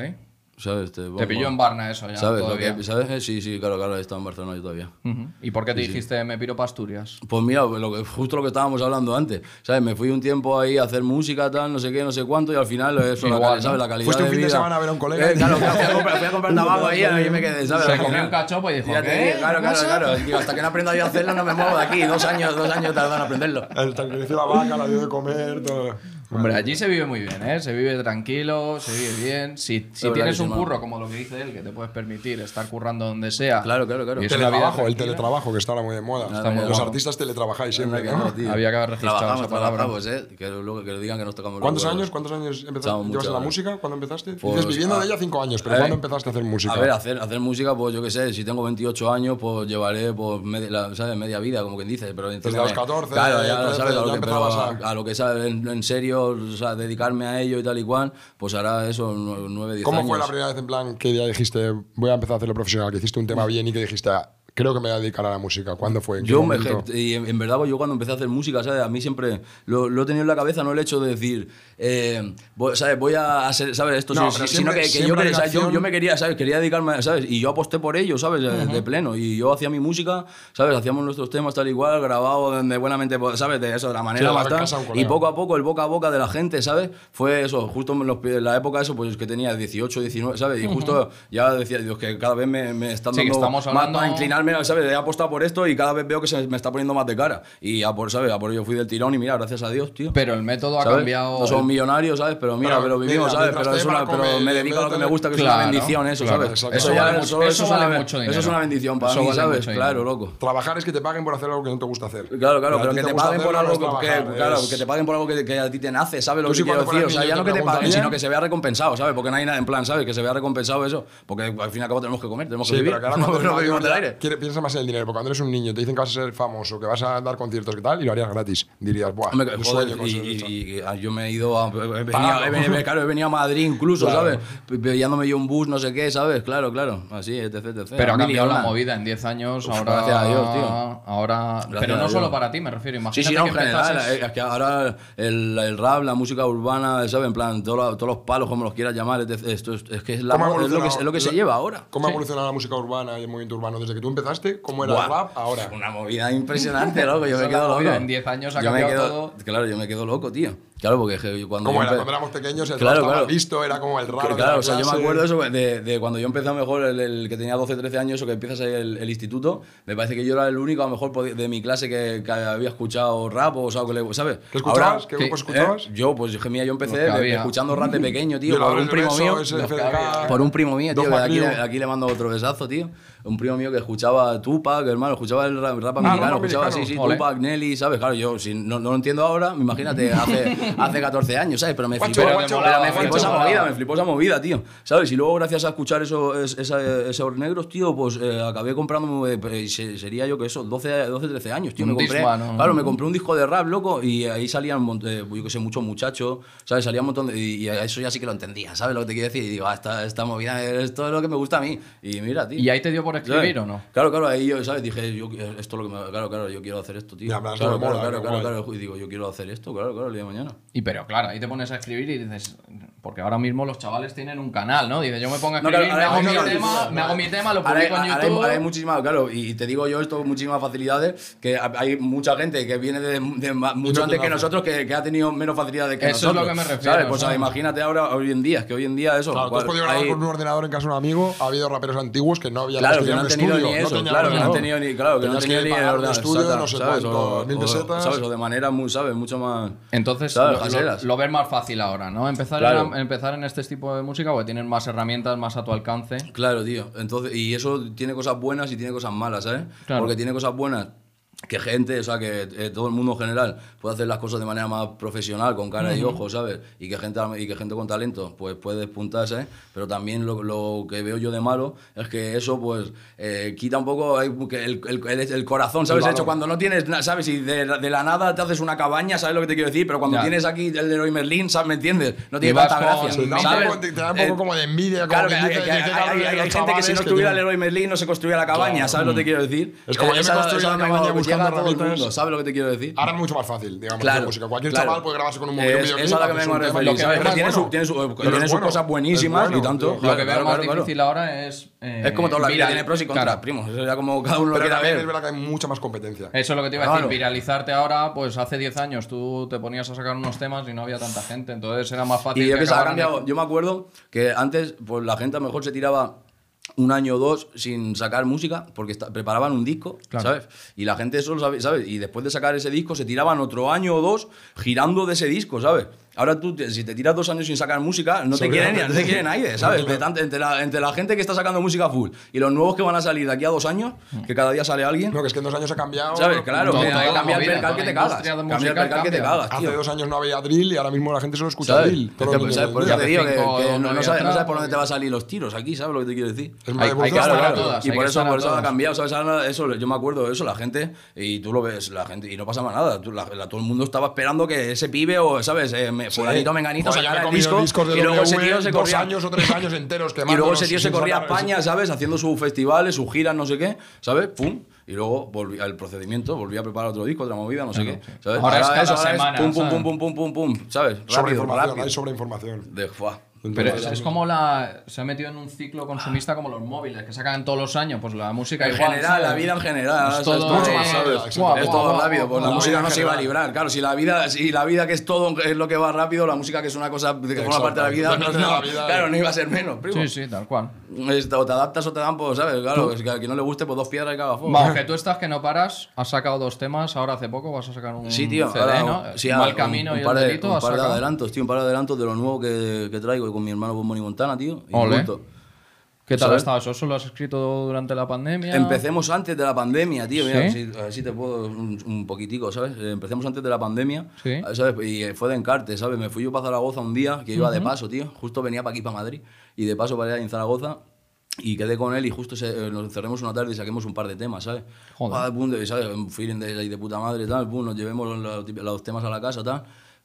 Speaker 1: ¿sabes? Te,
Speaker 3: Te
Speaker 1: vamos-
Speaker 3: pilló en Barna eso ya.
Speaker 1: Pues, ¿Sabes? Lo
Speaker 3: todavía.
Speaker 1: que- ¿sabes? Eh, Sí, sí, claro, claro, he estado en Barcelona yo todavía.
Speaker 3: Ujú. ¿Y por qué te dijiste me piro para Asturias?
Speaker 1: Pues mira, lo que, justo lo que estábamos hablando antes, ¿sabes? Me fui un tiempo ahí a hacer música, tal, no sé qué, no sé cuánto, y al final eso, la,
Speaker 3: Igual,
Speaker 1: cal- ¿sabes?
Speaker 3: ¿no?
Speaker 1: La calidad
Speaker 2: Fuiste un
Speaker 1: de
Speaker 2: fin de
Speaker 1: vida.
Speaker 2: semana a ver a un colega.
Speaker 1: Eh, claro, claro, fui a comprar, fui a comprar tabaco ahí, ahí me quedé, ¿sabes?
Speaker 3: Se comió un ¿Eh? cachopo y dijo,
Speaker 1: Ya te
Speaker 3: ¿qué?
Speaker 1: digo, claro, claro, claro. Digo, hasta que no aprenda yo a hacerlo no me muevo de aquí. Dos años, dos años tardan en aprenderlo.
Speaker 2: El sacrificio de la vaca, la dio de comer, todo.
Speaker 3: Hombre, allí se vive muy bien, ¿eh? Se vive tranquilo, se vive bien. Si, si
Speaker 1: verdad
Speaker 3: tienes
Speaker 1: que sí,
Speaker 3: un
Speaker 1: mano.
Speaker 3: curro, como lo que dice él, que te puedes permitir estar currando donde sea.
Speaker 1: Claro, claro, claro.
Speaker 2: El
Speaker 3: Y es una vida
Speaker 2: teletrabajo, el
Speaker 3: tranquila.
Speaker 2: teletrabajo, que está ahora muy de moda.
Speaker 1: Está muy de
Speaker 2: Los
Speaker 1: moda.
Speaker 2: artistas teletrabajáis siempre,
Speaker 1: Anda, que
Speaker 2: ¿no?
Speaker 1: no, tío.
Speaker 3: Había que haber registrado
Speaker 1: Trabajamos,
Speaker 3: esa palabra.
Speaker 1: trabajamos, eh. Que luego que le digan que nos tocamos los
Speaker 2: ¿Cuántos
Speaker 1: huevos.
Speaker 2: años, ¿Cuántos años empezaste?
Speaker 1: Estaba mucho,
Speaker 2: ¿Llevas en la
Speaker 1: eh.
Speaker 2: música? ¿Cuándo empezaste? Dices,
Speaker 1: Pues,
Speaker 2: viviendo
Speaker 1: ah,
Speaker 2: de ella cinco años, pero
Speaker 1: eh.
Speaker 2: ¿cuándo empezaste a hacer música?
Speaker 1: A ver, hacer, hacer música, pues yo qué sé, si tengo 28 años, pues llevaré pues, media, la- ¿sabes? media vida, como quien dice. Pero entiéndeme.
Speaker 2: los 14,
Speaker 1: claro, ya,
Speaker 2: 13,
Speaker 1: ¿sabes? A lo
Speaker 2: ya
Speaker 1: que, pero
Speaker 2: empezabas a-
Speaker 1: a, a lo que sabe en, en serio, o sea, dedicarme a ello y tal y cual, pues hará eso, 9, 10
Speaker 2: ¿Cómo
Speaker 1: años.
Speaker 2: fue la primera vez en plan que ya dijiste, voy a empezar a hacerlo profesional, que hiciste un tema bien y que dijiste, ah, creo que me voy a dedicar a la música? ¿Cuándo fue? ¿En qué
Speaker 1: Mm. Yo me,
Speaker 2: momento?
Speaker 1: y en, en verdad, pues, yo cuando empecé a hacer música, ¿sabes? A mí siempre lo, lo he tenido en la cabeza, no el hecho de decir, eh, voy, ¿sabes? Voy a hacer, ¿sabes? Esto,
Speaker 2: No,
Speaker 1: sí,
Speaker 2: pero
Speaker 1: sí,
Speaker 2: siempre-
Speaker 1: sino que, que
Speaker 2: siempre
Speaker 1: yo, quería,
Speaker 2: hay
Speaker 1: ¿sabes? Yo-
Speaker 2: acción.
Speaker 1: yo me quería, ¿sabes? Quería dedicarme, ¿sabes? Y yo aposté por ello, ¿sabes? De- De pleno. Y yo hacía mi música, ¿sabes? Hacíamos nuestros temas tal y cual, grabado de buenamente, pues, ¿sabes? De eso, de la manera
Speaker 2: Sí,
Speaker 1: más
Speaker 2: la
Speaker 1: tal.
Speaker 2: casa a un
Speaker 1: Y
Speaker 2: colega.
Speaker 1: poco a poco, el boca a boca de la gente, ¿sabes? Fue eso, justo en los- en la época eso, pues que tenía 18, 19, ¿sabes? Y justo ya decía, Dios, que cada vez me, me están
Speaker 3: Sí, que
Speaker 1: dando
Speaker 3: estamos
Speaker 1: más
Speaker 3: hablando-
Speaker 1: para inclinar Mira, ¿sabes? He apostado por esto y cada vez veo que se me está poniendo más de cara. Y a por, ¿sabes? A por ello fui del tirón y mira, gracias a Dios, tío.
Speaker 3: Pero el método ha
Speaker 1: ¿Sabes?
Speaker 3: cambiado.
Speaker 1: No somos millonarios, ¿sabes? Pero mira,
Speaker 2: Pero,
Speaker 1: pero vivimos,
Speaker 2: mira,
Speaker 1: ¿sabes?
Speaker 2: mientras
Speaker 1: Pero,
Speaker 2: te
Speaker 1: es
Speaker 2: dé para
Speaker 1: una- pero
Speaker 2: comer,
Speaker 1: me
Speaker 2: en
Speaker 1: dedico
Speaker 2: vez
Speaker 1: a lo que
Speaker 2: de
Speaker 1: me
Speaker 2: tener-
Speaker 1: gusta, que es
Speaker 3: Claro,
Speaker 1: una bendición eso,
Speaker 3: claro,
Speaker 1: ¿sabes?
Speaker 2: exacto.
Speaker 1: Eso,
Speaker 2: Eso
Speaker 1: ya-
Speaker 3: vale
Speaker 1: eso-
Speaker 3: mucho-
Speaker 1: eso
Speaker 3: eso vale
Speaker 1: sabe-
Speaker 3: mucho
Speaker 1: eso es
Speaker 3: dinero.
Speaker 1: una bendición para
Speaker 3: Eso
Speaker 1: mí,
Speaker 3: vale
Speaker 1: ¿sabes?
Speaker 3: mucho
Speaker 1: Claro,
Speaker 3: dinero.
Speaker 1: loco.
Speaker 2: Trabajar es que te paguen por hacer algo que no te gusta hacer.
Speaker 1: Claro, claro,
Speaker 2: a
Speaker 1: pero
Speaker 2: ti
Speaker 1: que
Speaker 2: te
Speaker 1: te
Speaker 2: gusta
Speaker 1: paguen por
Speaker 2: hacerlo,
Speaker 1: algo
Speaker 2: no es
Speaker 1: que,
Speaker 2: trabajar,
Speaker 1: claro,
Speaker 2: es-
Speaker 1: que te paguen por algo que, que a ti te nace, ¿sabes lo
Speaker 2: Tú
Speaker 1: que
Speaker 2: si
Speaker 1: quiero
Speaker 2: cuando fueras
Speaker 1: decir? O sea,
Speaker 2: niño
Speaker 1: ya
Speaker 2: te
Speaker 1: no que te paguen,
Speaker 2: preguntarían-
Speaker 1: sino que se vea recompensado, ¿sabes? Porque no hay nada en plan, ¿sabes? Que se vea recompensado eso, porque al fin y al cabo tenemos que comer, tenemos que
Speaker 2: Sí,
Speaker 1: vivir.
Speaker 2: pero que ahora
Speaker 1: [LAUGHS] no
Speaker 2: cuando eres
Speaker 1: vivimos
Speaker 2: mayor
Speaker 1: del
Speaker 2: ya
Speaker 1: aire.
Speaker 2: quiere- piensas más en el dinero, porque cuando eres un niño te dicen que vas a ser famoso, que vas a dar conciertos, que tal, y lo harías gratis. Dirías, buah,
Speaker 1: Hombre,
Speaker 2: un
Speaker 1: Ah, joder,
Speaker 2: sueño con
Speaker 1: y,
Speaker 2: ser esto".
Speaker 1: y- y- ah, yo me he ido a. He venido,
Speaker 2: Pagado.
Speaker 1: he venido- claro, he venido a Madrid incluso,
Speaker 2: [LAUGHS] Claro.
Speaker 1: ¿sabes? P- Pillándome yo un bus, no sé qué, ¿sabes? Claro, claro. Así, etc, etc.
Speaker 3: Pero ha
Speaker 1: A mil y
Speaker 3: cambiado la
Speaker 1: una.
Speaker 3: movida en 10 años.
Speaker 1: Uf,
Speaker 3: ahora,
Speaker 1: gracias a Dios, tío.
Speaker 3: Ahora,
Speaker 1: Gracias
Speaker 3: pero
Speaker 1: a
Speaker 3: no
Speaker 1: Dios.
Speaker 3: solo para ti, me refiero.
Speaker 1: Sí,
Speaker 3: Imagínate
Speaker 1: sí, no,
Speaker 3: que
Speaker 1: en general.
Speaker 3: empezases-
Speaker 1: eh, Es que ahora el, el rap, la música urbana, ¿sabes? En plan, todo lo- todos los palos, como los quieras llamar, etc, esto es, es que es, la
Speaker 2: ¿Cómo ha
Speaker 1: mo- es lo que,
Speaker 2: evolucionado
Speaker 1: es lo que se
Speaker 2: la-
Speaker 1: lleva ahora.
Speaker 2: ¿Cómo ha evolucionado la música urbana y el movimiento urbano desde que tú empezaste? ¿Cómo era el
Speaker 1: Buah,
Speaker 2: rap ahora?
Speaker 1: Una movida
Speaker 2: [LAUGHS]
Speaker 1: impresionante, loco. Yo
Speaker 3: Esa
Speaker 1: me
Speaker 3: es la
Speaker 1: quedo
Speaker 3: movida,
Speaker 1: loco.
Speaker 3: en 10 años ha
Speaker 1: Yo me
Speaker 3: cambiado
Speaker 1: quedo- Claro, yo me quedo loco, tío. Claro, porque es que yo cuando.
Speaker 2: ¿Cómo
Speaker 1: yo
Speaker 2: era?
Speaker 1: empe-
Speaker 2: Cuando éramos pequeños el
Speaker 1: Claro,
Speaker 2: rap estaba
Speaker 1: claro.
Speaker 2: visto, era como el raro. de
Speaker 1: claro,
Speaker 2: la
Speaker 1: o sea, yo me
Speaker 2: clase.
Speaker 1: acuerdo eso pues, de, de cuando yo empecé a lo mejor el, el que tenía 12, 13 años o que empiezas ahí el, el instituto, me parece que yo era el único a lo mejor podi- de mi clase que, que había escuchado rap o, algo que le, ¿sabes?
Speaker 2: ¿Qué escuchabas?
Speaker 1: Ahora-
Speaker 2: ¿Qué
Speaker 3: ¿qué-
Speaker 2: grupos
Speaker 3: eh?
Speaker 2: escuchabas?
Speaker 1: Yo, pues dije, mía, yo empecé
Speaker 3: Los que
Speaker 1: de- de
Speaker 3: había.
Speaker 1: escuchando rap de pequeño, tío, por
Speaker 2: Violadores
Speaker 1: un
Speaker 2: del
Speaker 1: primo
Speaker 2: beso,
Speaker 1: mío.
Speaker 2: ese
Speaker 1: Los que
Speaker 2: FDK.
Speaker 1: había. Por un primo mío, tío, que
Speaker 2: Doja
Speaker 1: aquí, le-
Speaker 2: Crew.
Speaker 1: aquí le mando otro besazo, tío. Un primo mío que escuchaba Tupac, hermano, escuchaba el rap, rap americano,
Speaker 2: Ah, rap
Speaker 1: escuchaba,
Speaker 2: americano.
Speaker 1: sí, sí,
Speaker 3: Ole.
Speaker 1: Tupac, Nelly, ¿sabes? Claro, yo si no, no lo entiendo ahora, imagínate, hace,
Speaker 2: [LAUGHS]
Speaker 1: hace 14 años, ¿sabes? Pero me
Speaker 2: Guacho,
Speaker 1: flipó, pero
Speaker 2: guacho, guacho,
Speaker 1: me flipó esa
Speaker 3: guacho.
Speaker 1: movida, me flipó esa movida, tío. ¿Sabes? Y luego, gracias a escuchar eso, es- esa- esos negros, tío, pues eh, acabé comprándome, eh, se- sería yo que eso, 12, 12 13 años, tío.
Speaker 3: Un
Speaker 1: me compré,
Speaker 3: Discman, ¿no?
Speaker 1: Claro, me compré un disco de rap, loco, y ahí salían, mont- eh, yo que sé, muchos muchachos, ¿sabes? Salía un montón de. Y, y eso ya sí que lo entendía, ¿sabes? Lo que te quiero decir. Y digo, ah, esta, esta movida, esto es lo que me gusta a mí. Y mira, tío.
Speaker 3: ¿Y ahí te dio por
Speaker 1: ¿sabes?
Speaker 3: escribir o no?
Speaker 1: Claro, claro, ahí yo, ¿sabes? Dije, yo, esto es lo que me, claro, claro, yo quiero hacer esto, tío.
Speaker 2: Ya,
Speaker 1: Claro,
Speaker 2: pero
Speaker 1: claro,
Speaker 2: eso me mola,
Speaker 1: claro,
Speaker 2: me
Speaker 1: claro,
Speaker 2: mola.
Speaker 1: claro. Y digo, yo quiero hacer esto, claro, claro, el día de mañana.
Speaker 3: Y pero claro, ahí te pones a escribir y dices, porque ahora mismo los chavales tienen un canal, ¿no? Dices, yo me pongo a
Speaker 1: No,
Speaker 3: escribir,
Speaker 1: claro, ahora
Speaker 3: me,
Speaker 1: hay
Speaker 3: hago mi
Speaker 1: muchas-
Speaker 3: tema, me hago mi tema, lo
Speaker 1: Ahora hay-
Speaker 3: publico en
Speaker 1: ahora hay-
Speaker 3: YouTube.
Speaker 1: ahora hay muchísimas, claro, y te digo yo esto, muchísimas facilidades, que ha- hay mucha gente que viene de, de ma- mucho
Speaker 2: tiene
Speaker 1: antes que
Speaker 2: nada.
Speaker 1: nosotros que, que ha tenido menos facilidades que
Speaker 3: Eso es lo
Speaker 1: nosotros.
Speaker 3: que me refiero,
Speaker 1: ¿sabes? Pues
Speaker 3: ¿sabes?
Speaker 1: imagínate ahora, hoy en día, es que hoy en día eso...
Speaker 2: Claro, tú has
Speaker 1: cual-
Speaker 2: podido grabar
Speaker 1: hay-
Speaker 2: con un ordenador en casa de un amigo. Ha habido raperos antiguos que no habían
Speaker 1: Claro, que
Speaker 2: estudiado
Speaker 1: no han
Speaker 2: en
Speaker 1: tenido
Speaker 2: estudio,
Speaker 1: ni
Speaker 2: no
Speaker 1: eso,
Speaker 2: tenían
Speaker 1: claro, que no han
Speaker 2: ordenador.
Speaker 1: tenido ni, claro, que no han
Speaker 2: Tenías
Speaker 1: tenido ni
Speaker 2: pagar
Speaker 1: el
Speaker 2: un
Speaker 1: ordenador,
Speaker 2: estudio de no
Speaker 1: exacto,
Speaker 2: sé
Speaker 1: ¿sabes?
Speaker 2: cuánto,
Speaker 1: O-
Speaker 2: mil
Speaker 1: o-
Speaker 2: pesetas.
Speaker 1: ¿sabes? O de manera, muy, ¿sabes? Mucho más...
Speaker 3: Entonces
Speaker 1: ¿sabes?
Speaker 3: lo, lo-
Speaker 1: Caseras.
Speaker 3: lo ves más fácil ahora, ¿no? Empezar,
Speaker 1: Claro.
Speaker 3: en, empezar en este tipo de música porque tienen más herramientas, más a tu alcance.
Speaker 1: Claro, tío. Entonces, y eso tiene cosas buenas y tiene cosas malas, ¿sabes?
Speaker 3: Claro.
Speaker 1: Porque tiene cosas buenas que gente, o sea, que eh, todo el mundo en general puede hacer las cosas de manera más profesional, con cara y ojos, ¿sabes? Y que gente y que gente con talento, pues puede despuntar, ¿sabes? Pero también lo, lo que veo yo de malo es que eso, pues, eh, quita un poco eh, que el, el- el- el corazón, ¿sabes?
Speaker 2: valor.
Speaker 1: hecho cuando no tienes, na- ¿sabes? Y de, de la nada te haces una cabaña, ¿sabes lo que te quiero decir? Pero cuando
Speaker 3: Ya.
Speaker 1: tienes aquí el Leroy Merlin, ¿sabes? ¿Me entiendes? No tiene
Speaker 3: vas
Speaker 1: tanta
Speaker 3: con-
Speaker 1: gracia,
Speaker 2: Sí, da un
Speaker 1: ¿sabes?
Speaker 2: poco- te da un poco
Speaker 1: Eh,
Speaker 2: como de envidia. como
Speaker 1: Claro, que
Speaker 2: quien
Speaker 1: hay,
Speaker 2: dice,
Speaker 1: que hay-
Speaker 2: dice,
Speaker 1: hay-
Speaker 2: cabrón,
Speaker 1: hay- hay
Speaker 2: los
Speaker 1: gente que si
Speaker 2: chavales
Speaker 1: no estuviera
Speaker 2: tienen-
Speaker 1: Leroy Merlin no se construía la cabaña, ¿sabes lo que quiero decir?
Speaker 2: Es como yo me
Speaker 1: Esa-
Speaker 2: construí
Speaker 1: esa
Speaker 2: la
Speaker 1: me
Speaker 2: cabaña
Speaker 1: tengo-
Speaker 2: buscando
Speaker 1: llega a todo el
Speaker 2: ramitas.
Speaker 1: mundo, ¿sabes lo que te quiero decir?
Speaker 2: Ahora es mucho más fácil, digamos,
Speaker 1: Claro,
Speaker 2: hacer música. Cualquier
Speaker 1: claro.
Speaker 2: chaval puede grabarse con un
Speaker 1: Es-
Speaker 2: móvil.
Speaker 1: es a la que me vengo a referir, ¿sabes? Que tiene su- tiene su- tiene sus cosas buenísimas y tanto.
Speaker 3: Lo que
Speaker 1: Claro,
Speaker 3: veo
Speaker 1: claro,
Speaker 3: más
Speaker 1: claro, claro.
Speaker 3: difícil ahora es. eh,
Speaker 1: Es como toda la vida,
Speaker 3: viral.
Speaker 1: tiene pros y contras,
Speaker 3: Claro.
Speaker 1: primo. Eso ya como cada uno lo
Speaker 2: Pero
Speaker 1: quiera
Speaker 2: también es
Speaker 1: ver.
Speaker 2: verdad que hay mucha más competencia.
Speaker 3: Eso es lo que te iba a
Speaker 1: Claro.
Speaker 3: decir. Viralizarte ahora, pues hace 10 años tú te ponías a sacar unos temas y no había tanta gente. Entonces era más fácil.
Speaker 1: Y yo
Speaker 3: que
Speaker 1: que se ha
Speaker 3: acabaran en-
Speaker 1: cambiado. Yo me acuerdo que antes, pues la gente a lo mejor se tiraba un año o dos sin sacar música porque esta- preparaban un disco,
Speaker 3: Claro.
Speaker 1: ¿sabes? Y la gente eso lo sabe, ¿sabes? Y después de sacar ese disco se tiraban otro año o dos girando de ese disco, ¿sabes? Ahora tú, te- si te tiras dos años sin sacar música, no te
Speaker 2: Sobre-
Speaker 1: quieren, ni- no te quieren nadie, ¿sabes? De tant- entre, la, entre la gente que está sacando música full y los nuevos que van a salir de aquí a dos años, que cada día sale alguien,
Speaker 2: No, que es que en dos años ha cambiado.
Speaker 1: ¿sabes? Claro,
Speaker 3: Todo-
Speaker 1: que
Speaker 3: toda la
Speaker 1: cambia el
Speaker 3: movida,
Speaker 1: percal que
Speaker 3: toda
Speaker 1: te
Speaker 3: la
Speaker 1: cagas.
Speaker 3: industria
Speaker 1: Cambia el
Speaker 3: musical
Speaker 1: percal que te
Speaker 3: cambia.
Speaker 1: cagas,
Speaker 2: Hace
Speaker 1: tío.
Speaker 2: dos años no había drill y ahora mismo la gente solo escucha
Speaker 1: ¿Sabes?
Speaker 2: drill.
Speaker 1: Es
Speaker 2: Todos
Speaker 1: que,
Speaker 2: los niños
Speaker 1: ¿sabes?
Speaker 2: de
Speaker 1: Por
Speaker 2: hoy en
Speaker 1: eso
Speaker 2: día.
Speaker 1: te digo
Speaker 3: Hace
Speaker 1: que,
Speaker 3: cinco,
Speaker 1: que no,
Speaker 3: nueve
Speaker 1: no sabes, no sabes
Speaker 3: atrás,
Speaker 1: por
Speaker 3: porque-
Speaker 1: dónde te van a salir los tiros aquí, ¿sabes lo que te quiero decir?
Speaker 2: Es más,
Speaker 3: Hay- hay
Speaker 2: evolución
Speaker 3: que
Speaker 2: está
Speaker 3: estar a
Speaker 2: rápido.
Speaker 3: todas.
Speaker 1: Y
Speaker 3: hay
Speaker 1: por
Speaker 3: que
Speaker 1: eso,
Speaker 3: estar a
Speaker 1: por eso ha
Speaker 3: todas.
Speaker 1: cambiado, ¿sabes? Ahora, Eso, yo me acuerdo de eso, la gente, y tú lo ves, la gente, y no pasaba nada. Tú- la- la- todo el mundo estaba esperando que ese pibe o, ¿sabes? Eh, me, fulanito, menganito,
Speaker 2: Joder, me he
Speaker 1: sacara el
Speaker 2: comido
Speaker 1: disco,
Speaker 2: discos de
Speaker 1: y luego ese
Speaker 2: W
Speaker 1: tío se
Speaker 2: dos
Speaker 1: corría.
Speaker 2: años o tres años enteros
Speaker 1: Y luego
Speaker 2: quemándolos
Speaker 1: ese tío se
Speaker 2: sin
Speaker 1: corría a
Speaker 2: sacar-
Speaker 1: España, ¿sabes? Haciendo sus festivales, sus giras, no sé qué, ¿sabes? ¡Pum! Y luego volví al procedimiento, volví a preparar otro disco, otra movida, no sé
Speaker 3: Claro,
Speaker 1: qué.
Speaker 3: sí.
Speaker 1: ¿sabes?
Speaker 3: Ahora es cada
Speaker 1: ahora
Speaker 3: semana,
Speaker 1: pum, pum,
Speaker 3: ¿sabes?
Speaker 1: pum, pum, pum, pum, pum, ¿sabes? Rápido,
Speaker 2: Sobreinformación,
Speaker 1: rápido.
Speaker 2: hay sobreinformación.
Speaker 1: De, ¡fua!
Speaker 3: Pero
Speaker 2: Entonces,
Speaker 3: es, es como la. Se ha metido en un ciclo consumista como los móviles, que sacan todos los años, pues la música
Speaker 1: En
Speaker 3: igual.
Speaker 1: general,
Speaker 3: ¿sabes?
Speaker 1: la vida en general.
Speaker 3: Es
Speaker 1: es
Speaker 3: todo
Speaker 1: mucho
Speaker 3: de-
Speaker 1: más, ¿sabes?
Speaker 2: Guau,
Speaker 1: Es
Speaker 2: guau,
Speaker 1: todo
Speaker 3: guau,
Speaker 1: rápido, pues la
Speaker 3: guau,
Speaker 1: música
Speaker 2: guau.
Speaker 1: no se iba a librar. Claro, si la vida, si la vida que es todo es lo que va rápido, la música que es una cosa que forma
Speaker 2: Exacto.
Speaker 1: parte de la vida, [LAUGHS] no,
Speaker 2: Depende de la
Speaker 1: no,
Speaker 2: vida.
Speaker 1: claro, no iba a ser menos, primo.
Speaker 3: Sí, sí, tal cual.
Speaker 1: Es- O te adaptas o te dan, pues, ¿sabes? Claro, es que a quien no le guste, pues dos piedras y caga fuego.
Speaker 3: Vamos, que tú estás que no paras, has sacado dos temas, ahora hace poco vas a sacar un
Speaker 1: Sí, tío.
Speaker 3: CD,
Speaker 1: ahora,
Speaker 3: ¿no?
Speaker 1: sí,
Speaker 3: Mal
Speaker 1: un-
Speaker 3: Camino
Speaker 1: un
Speaker 3: y
Speaker 1: par
Speaker 3: el
Speaker 1: de-
Speaker 3: delito
Speaker 1: Un
Speaker 3: has
Speaker 1: par de
Speaker 3: sacado.
Speaker 1: adelantos, tío. Un par de adelantos de lo nuevo que, que traigo con mi hermano Bob Moni Montana, tío. y
Speaker 3: Ole.
Speaker 1: junto.
Speaker 3: ¿Qué tal
Speaker 1: ¿sabes?
Speaker 3: ha estado eso? ¿Eso lo has escrito durante la pandemia?
Speaker 1: Empecemos antes de la pandemia, tío. Mira,
Speaker 3: ¿Sí?
Speaker 1: así, así te puedo un, un poquitico, ¿sabes? Eh, Empecemos antes de la pandemia,
Speaker 3: Sí.
Speaker 1: ¿sabes? Y eh, fue de encarte, ¿sabes? Me fui yo para Zaragoza un día, que iba de paso, tío. Justo venía para aquí, para Madrid, y de paso para allá en Zaragoza. Y quedé con él y justo se- eh, nos encerremos una tarde y saquemos un par de temas, ¿sabes?
Speaker 3: Joder.
Speaker 1: Ah, pum, de- ¿sabes? Un feeling de, ahí de puta madre, tal, pum, nos llevemos los, los temas a la casa, tal.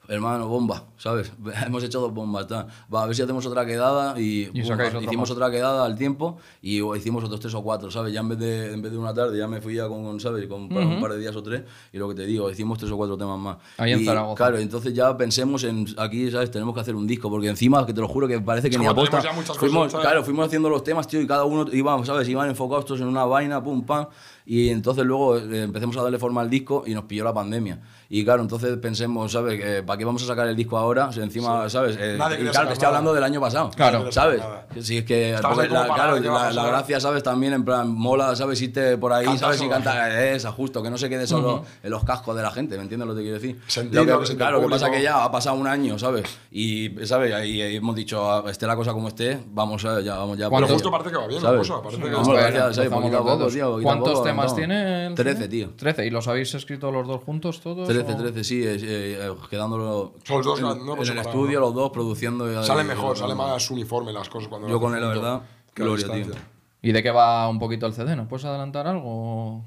Speaker 1: Hermano, bomba, ¿sabes? [LAUGHS] Hemos hecho dos bombas, tal. Va, a ver si hacemos otra quedada y, pum, ah,
Speaker 3: sacáis otro
Speaker 1: hicimos otra quedada al tiempo y o, hicimos otros tres o cuatro, ¿sabes? Ya en vez de, en vez de una tarde, ya me fui ya con, ¿sabes? Con para un par de días o tres y lo que te digo, hicimos tres o cuatro temas más.
Speaker 3: Ahí en
Speaker 1: Y,
Speaker 3: Zaragoza.
Speaker 1: Claro, entonces ya pensemos en, aquí, ¿sabes? Tenemos que hacer un disco porque encima, que te lo juro que parece que ni
Speaker 2: Como tenemos
Speaker 1: aposta.
Speaker 2: ya muchas
Speaker 1: Fuimos,
Speaker 2: cosas, ¿sabes?
Speaker 1: claro, fuimos haciendo los temas, tío, y cada uno iba, ¿sabes? Iban enfocados todos en una vaina, pum, pam. Y entonces luego eh, empecemos a darle forma al disco y nos pilló la pandemia. Y claro, entonces pensemos, ¿sabes? Que, ¿Para qué vamos a sacar el disco ahora? Si encima, ¿sabes? Eh,
Speaker 2: Nadie
Speaker 1: y
Speaker 2: quiere
Speaker 1: claro,
Speaker 2: sacar
Speaker 1: te estoy
Speaker 2: nada.
Speaker 1: hablando del año pasado.
Speaker 3: Claro.
Speaker 1: ¿Sabes?
Speaker 2: Nada.
Speaker 1: Si es que
Speaker 2: Estamos
Speaker 1: porque
Speaker 2: ahí como
Speaker 1: la,
Speaker 2: parados,
Speaker 1: claro,
Speaker 2: ¿qué va a
Speaker 1: la, la
Speaker 2: pasar?
Speaker 1: gracia, ¿sabes? También, en plan, mola, ¿sabes? Irte por ahí,
Speaker 2: Cantar
Speaker 1: ¿sabes? Y eh,
Speaker 2: solo.
Speaker 1: cantar esa, justo, que no se quede solo en los cascos de la gente, ¿me entiendes lo que te quiero decir?
Speaker 2: Sentido,
Speaker 1: Lo que-
Speaker 2: que siente el
Speaker 1: claro, lo que pasa
Speaker 2: público.
Speaker 1: que ya ha pasado un año, ¿sabes? Y, ¿sabes? Ahí, ahí hemos dicho, ah, esté la cosa como esté, vamos, ¿sabes? ya, vamos ya.
Speaker 3: ¿Cuánto-
Speaker 1: por-
Speaker 3: Pero justo
Speaker 2: parece que va bien la cosa, parece que
Speaker 1: Vamos,
Speaker 2: está
Speaker 1: gracias,
Speaker 3: Bueno,
Speaker 1: ¿sabes?
Speaker 3: empezamos
Speaker 1: Poquito a
Speaker 3: los
Speaker 1: poco,
Speaker 3: dedos.
Speaker 1: tío, poquito a
Speaker 3: ¿Cuántos
Speaker 1: poco,
Speaker 3: temas
Speaker 1: vamos.
Speaker 3: tiene? el
Speaker 1: Trece,
Speaker 3: CD?
Speaker 1: tío.
Speaker 3: Trece. ¿Y los habéis escrito los dos juntos todos?
Speaker 1: 13,
Speaker 3: o?
Speaker 1: 13, sí, es, eh, eh, quedándolo
Speaker 2: Son los dos,
Speaker 1: en,
Speaker 2: no,
Speaker 1: en
Speaker 2: no
Speaker 1: el
Speaker 2: separados,
Speaker 1: estudio,
Speaker 2: ¿no?
Speaker 1: los dos produciendo. eh, y-
Speaker 2: Sale
Speaker 1: y-
Speaker 2: mejor,
Speaker 1: y-
Speaker 2: sale más uniforme las cosas cuando
Speaker 1: Yo
Speaker 2: lo
Speaker 1: con él, la
Speaker 2: hacen juntos,
Speaker 1: verdad,
Speaker 2: que a
Speaker 1: gloria, tío.
Speaker 2: distancia.
Speaker 3: ¿Y de qué va un poquito el CD? ¿Nos puedes adelantar algo?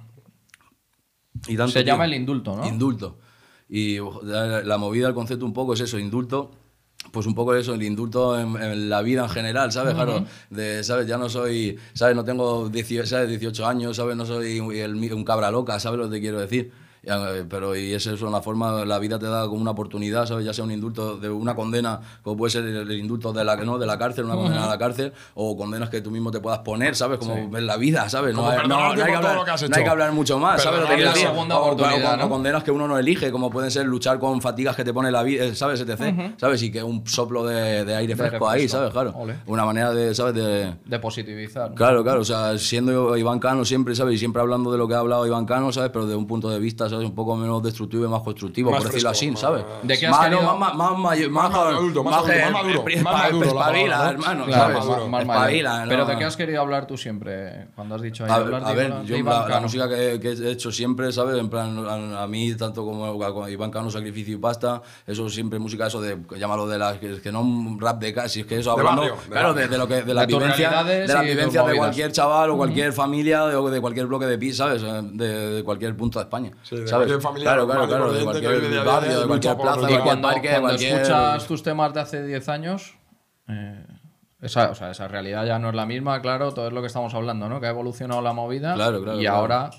Speaker 1: Y tanto,
Speaker 3: Se
Speaker 1: tío.
Speaker 3: llama el indulto, ¿no?
Speaker 1: Indulto. Y uf, la, la movida, el concepto un poco es eso, indulto. Pues un poco eso, el indulto en, en la vida en general, ¿sabes? Claro, de, ¿sabes? Ya no soy, ¿sabes? No tengo 18, ¿sabes? 18 años, ¿sabes? No soy el mi- un cabra loca, ¿sabes lo que te quiero decir? Y, eh, Pero y es eso, la forma, la vida te da como una oportunidad, ¿sabes? Ya sea un indulto de una condena, como puede ser el, el indulto de la, ¿no? de la cárcel, una condena a la cárcel, o condenas que tú mismo te puedas poner, ¿sabes? Como ves la vida, ¿sabes? No,
Speaker 2: Como
Speaker 1: hay- no,
Speaker 2: perdonarte
Speaker 1: no hay que
Speaker 2: por todo
Speaker 1: hablar,
Speaker 2: lo que has
Speaker 1: no
Speaker 2: hecho.
Speaker 1: hay que hablar mucho más, ¿sabes? Lo que
Speaker 2: Perdonarte
Speaker 1: quiero
Speaker 2: la
Speaker 1: decir?
Speaker 3: segunda
Speaker 1: O- o-
Speaker 3: oportunidad,
Speaker 1: o-
Speaker 3: ¿no?
Speaker 1: o condenas que uno no elige, como pueden ser luchar con fatigas que te pone la vida, ¿sabes? etc., ¿Sabes? Y que un soplo de, de aire fresco ahí,
Speaker 3: refresco.
Speaker 1: ¿sabes? Claro.
Speaker 3: Ole.
Speaker 1: Una manera de, ¿sabes? De,
Speaker 3: De positivizar. ¿no?
Speaker 1: Claro, claro, o sea, siendo yo Iván Cano siempre, ¿sabes? Y siempre hablando de lo que ha hablado Iván Cano, ¿sabes? Pero de un punto de vista, ¿sabes? Un poco menos destructivo y más constructivo,
Speaker 2: Más
Speaker 1: por decirlo
Speaker 2: fresco,
Speaker 1: así,
Speaker 2: más-
Speaker 1: ¿sabes?
Speaker 3: ¿De qué has
Speaker 1: más, no,
Speaker 3: querido?
Speaker 1: más, más, más, más,
Speaker 2: maduro, más
Speaker 1: más-
Speaker 2: maduro, más maduro,
Speaker 1: [LAUGHS] eh,
Speaker 2: más maduro la palabra,
Speaker 1: espabila,
Speaker 2: ¿no?
Speaker 1: hermano,
Speaker 2: Claro,
Speaker 1: ¿sabes?
Speaker 2: más maduro.
Speaker 3: más mayor.
Speaker 1: Espabila, ¿no?
Speaker 3: Pero ¿de qué has querido hablar tú siempre? Cuando has dicho ahí
Speaker 1: A ver,
Speaker 3: hablar de
Speaker 1: a ver,
Speaker 3: Iván-
Speaker 1: yo
Speaker 3: de Iván
Speaker 1: la, la
Speaker 3: Cano.
Speaker 1: música que, que he hecho siempre, ¿sabes? En plan, a, a mí, tanto como a, a Iván Cano, Sacrificio y Pasta, eso siempre música, eso de, llámalo de las, que, que no un rap de casi, es que eso
Speaker 2: De
Speaker 1: hablando,
Speaker 2: barrio, de
Speaker 1: claro, de,
Speaker 2: barrio.
Speaker 1: de lo que, de la
Speaker 3: De tus
Speaker 1: vivencia, de la
Speaker 3: realidades y tus
Speaker 1: vivencia de
Speaker 3: movidas.
Speaker 1: cualquier chaval o cualquier familia de, o de cualquier bloque de pis, ¿sabes? De, de cualquier punto de España,
Speaker 2: Sí, de
Speaker 1: ¿sabes?
Speaker 2: cualquier familia
Speaker 1: Claro,
Speaker 2: normal
Speaker 1: claro,
Speaker 2: y
Speaker 1: claro, de
Speaker 2: corriente que vive día a
Speaker 1: cualquier
Speaker 2: día
Speaker 1: barrio, de
Speaker 2: y
Speaker 1: cualquier
Speaker 2: lucha por
Speaker 1: plaza,
Speaker 2: los
Speaker 1: de
Speaker 3: Y
Speaker 1: cualquier
Speaker 3: cuando,
Speaker 1: parque, de
Speaker 3: cuando
Speaker 1: cualquier...
Speaker 3: escuchas tus temas de hace 10 años, eh, esa, o sea, esa realidad ya no es la misma, claro, todo es lo que estamos hablando, ¿no? Que ha evolucionado la movida
Speaker 1: Claro, claro,
Speaker 3: y
Speaker 1: claro.
Speaker 3: ahora